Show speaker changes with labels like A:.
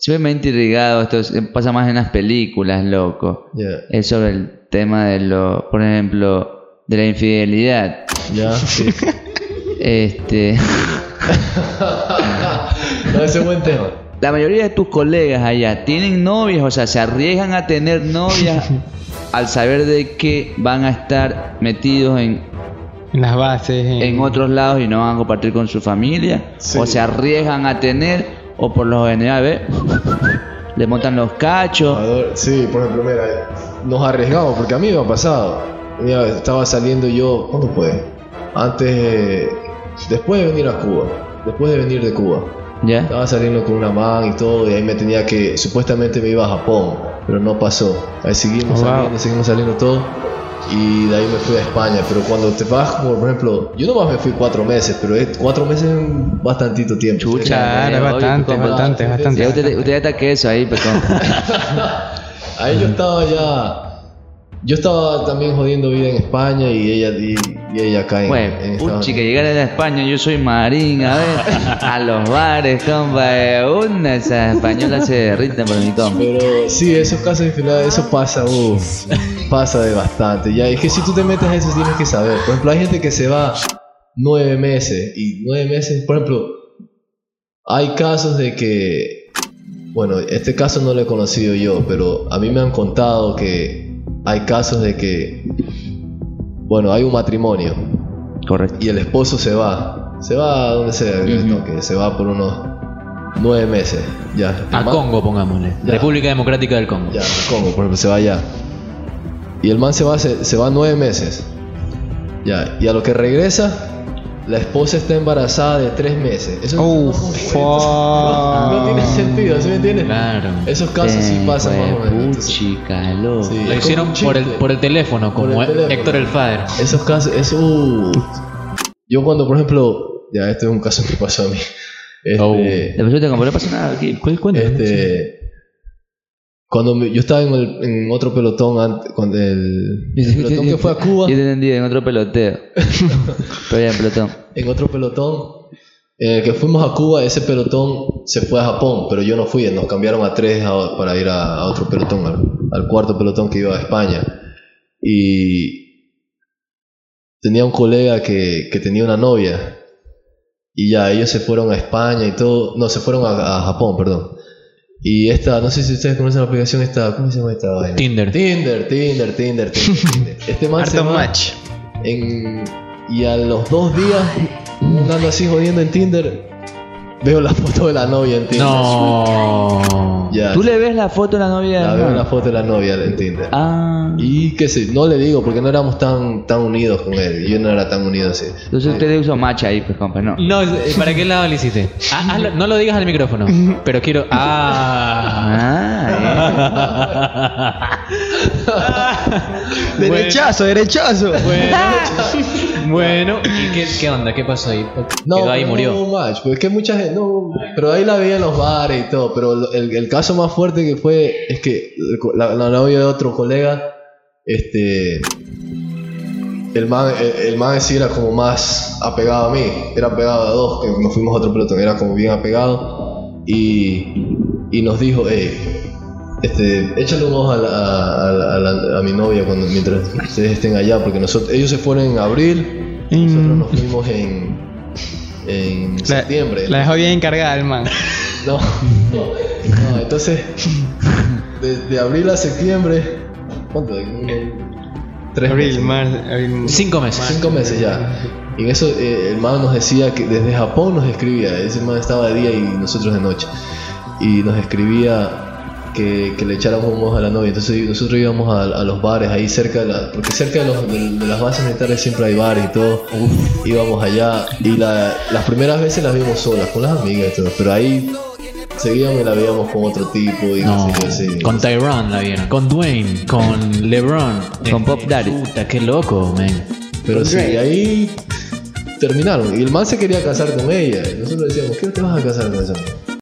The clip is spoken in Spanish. A: Yo me he intrigado, esto es- eh, pasa más en las películas, loco.
B: Ya,
A: Es sobre el tema de lo, por ejemplo, de la infidelidad.
B: ya, sí.
A: Este,
B: No, ese es buen tema.
A: la mayoría de tus colegas allá tienen novias, o sea, se arriesgan a tener novias al saber de que van a estar metidos en,
C: En las bases. eh. En,
A: en otros lados y no van a compartir con su familia,
B: Sí.
A: o se arriesgan a tener, o por lo general, ¿ves? le montan los cachos.
B: Ador- Sí, por ejemplo, mira, nos arriesgamos porque a mí me ha pasado. Mira, estaba saliendo yo, ¿cuándo fue? Antes, eh, después de venir a Cuba, después de venir de Cuba,
A: ¿Ya?
B: estaba saliendo con una man y todo, y ahí me tenía que, supuestamente me iba a Japón, pero no pasó. Ahí seguimos
C: Oh, wow.
B: saliendo, seguimos saliendo todo, y de ahí me fui a España. Pero cuando te vas, como por ejemplo, yo nomás me fui cuatro meses, pero es- cuatro meses es un bastantito tiempo.
A: Chucha.
C: Claro,
A: Oye,
C: es bastante,
A: pues,
C: es bastante, es
B: ¿cómo?
C: bastante.
A: Ya usted, usted ya está queso ahí, perdón.
B: Ahí yo estaba ya. Yo estaba también jodiendo vida en España y ella, y, y ella acá en, en
A: Bueno,
B: Estados
A: puchi, que
B: Unidos.
A: llegar a España, yo soy marín, a ver, a los bares, compa, de una, esas españolas se derriten por mi compa.
B: Pero sí, esos casos de infidelidad, eso pasa, uff, pasa de bastante. Ya, es que si tú te metes a eso tienes que saber. Por ejemplo, hay gente que se va nueve meses y nueve meses, por ejemplo, hay casos de que, bueno, este caso no lo he conocido yo, pero a mí me han contado que hay casos de que, bueno, hay un matrimonio
A: Correcto.
B: y el esposo se va. Se va a donde sea que le toque, se va por unos nueve meses. Ya.
D: A
B: El man-
D: Congo, pongámosle.
B: Ya.
D: República Democrática del Congo.
B: Ya, a Congo, por ejemplo, se va allá. Y el man se va, se, se va nueve meses. Ya. Y a lo que regresa, la esposa está embarazada de tres meses. Eso
C: Oh,
B: no, no tiene
C: fuck.
B: sentido, ¿sí me entiendes?
D: Claro.
B: Esos casos sí pasan más o menos. Entonces,
A: Puchi, calor.
B: sí, es
D: Lo
B: como
D: hicieron
B: un
D: por el,
B: chiste.
D: por el teléfono,
B: Por el
D: como
B: teléfono.
D: Héctor el Fader.
B: Esos casos, eso. uh. Yo cuando, por ejemplo, ya este es un caso que pasó a mí. Este,
D: Oh.
A: La persona te compró, no pasa nada aquí.
D: ¿Cuál cuento?
B: Este, cuando me- yo estaba en, el- en otro pelotón, ante- con el, el pelotón que fue a Cuba,
A: Yo te entendí, en otro peloteo. Pero ya en pelotón.
B: en otro pelotón eh, que fuimos a Cuba, ese pelotón se fue a Japón, pero yo no fui, nos cambiaron a tres a- para ir a, a otro pelotón, al, al cuarto pelotón que iba a España. Y tenía un colega que, que tenía una novia. Y ya, ellos se fueron a España y todo. No, se fueron a, a Japón, perdón. Y esta, no sé si ustedes conocen la aplicación esta, ¿cómo se llama esta? vaina?
D: Tinder.
B: Tinder, Tinder, Tinder, Tinder. Tinder. Este man se
C: Harto
B: va-
C: match.
B: en- y a los dos días, andando así jodiendo en Tinder, veo la foto de la novia en Tinder.
D: No.
B: Ya.
A: ¿Tú le ves la foto a la novia?
B: la veo
A: hermano?
B: la foto de la novia en Tinder.
A: Ah.
B: Y que sé, no le digo porque no éramos tan, tan unidos con él. Yo no era tan unido así.
A: Entonces usted le usó macha ahí, pues, compa, no.
D: No, eh, ¿para qué lado le hiciste? Ah, hazlo- no lo digas al micrófono, pero quiero. Ah.
A: Ah,
C: Derechazo, derechazo.
D: Bueno, bueno. ¿Y qué, qué onda? ¿Qué pasó ahí?
B: No,
D: Quedó ahí
B: pero
D: murió.
B: no hubo match, porque es que mucha gente, no, hubo- pero ahí la veía en los bares y todo, pero lo- el, el caso más fuerte que fue es que la, la novia de otro colega, este, el man, el, el man sí era como más apegado a mí, era apegado a dos, que nos fuimos a otro pelotón, era como bien apegado y, y nos dijo, hey, este, échale un ojo a, la- a- a la- a la- a mi novia cuando, mientras ustedes estén allá, porque nosotros, ellos se fueron en abril, y nosotros nos fuimos en, en
C: La,
B: septiembre.
C: la dejó bien encargada el man.
B: No, no, no, entonces, de, de abril a septiembre, ¿cuánto? Uno- Tres
C: Eh, Abril,
B: meses.
C: marzo, abril.
D: Cinco meses.
B: Cinco meses ya. Y en eso eh, el man nos decía que desde Japón nos escribía, ese man estaba de día y nosotros de noche. Y nos escribía que, que le echáramos un ojo a la novia. Entonces nosotros íbamos a, a los bares ahí cerca, de la, porque cerca de, los- de- de las bases militares siempre hay bares y todo. Íbamos allá y la- las primeras veces las vimos solas, con las amigas y todo. Pero ahí seguíamos y la veíamos con otro tipo y
D: No,
B: qué sé yo, sí.
D: con Tyron la vieron, con Dwayne, con LeBron,
A: Con Pop
D: Eh,
A: Daddy.
D: Puta, qué loco, man.
B: Pero sí, y ahí terminaron. Y el man se quería casar con ella. Y nosotros decíamos, ¿qué te vas a casar con esa mujer?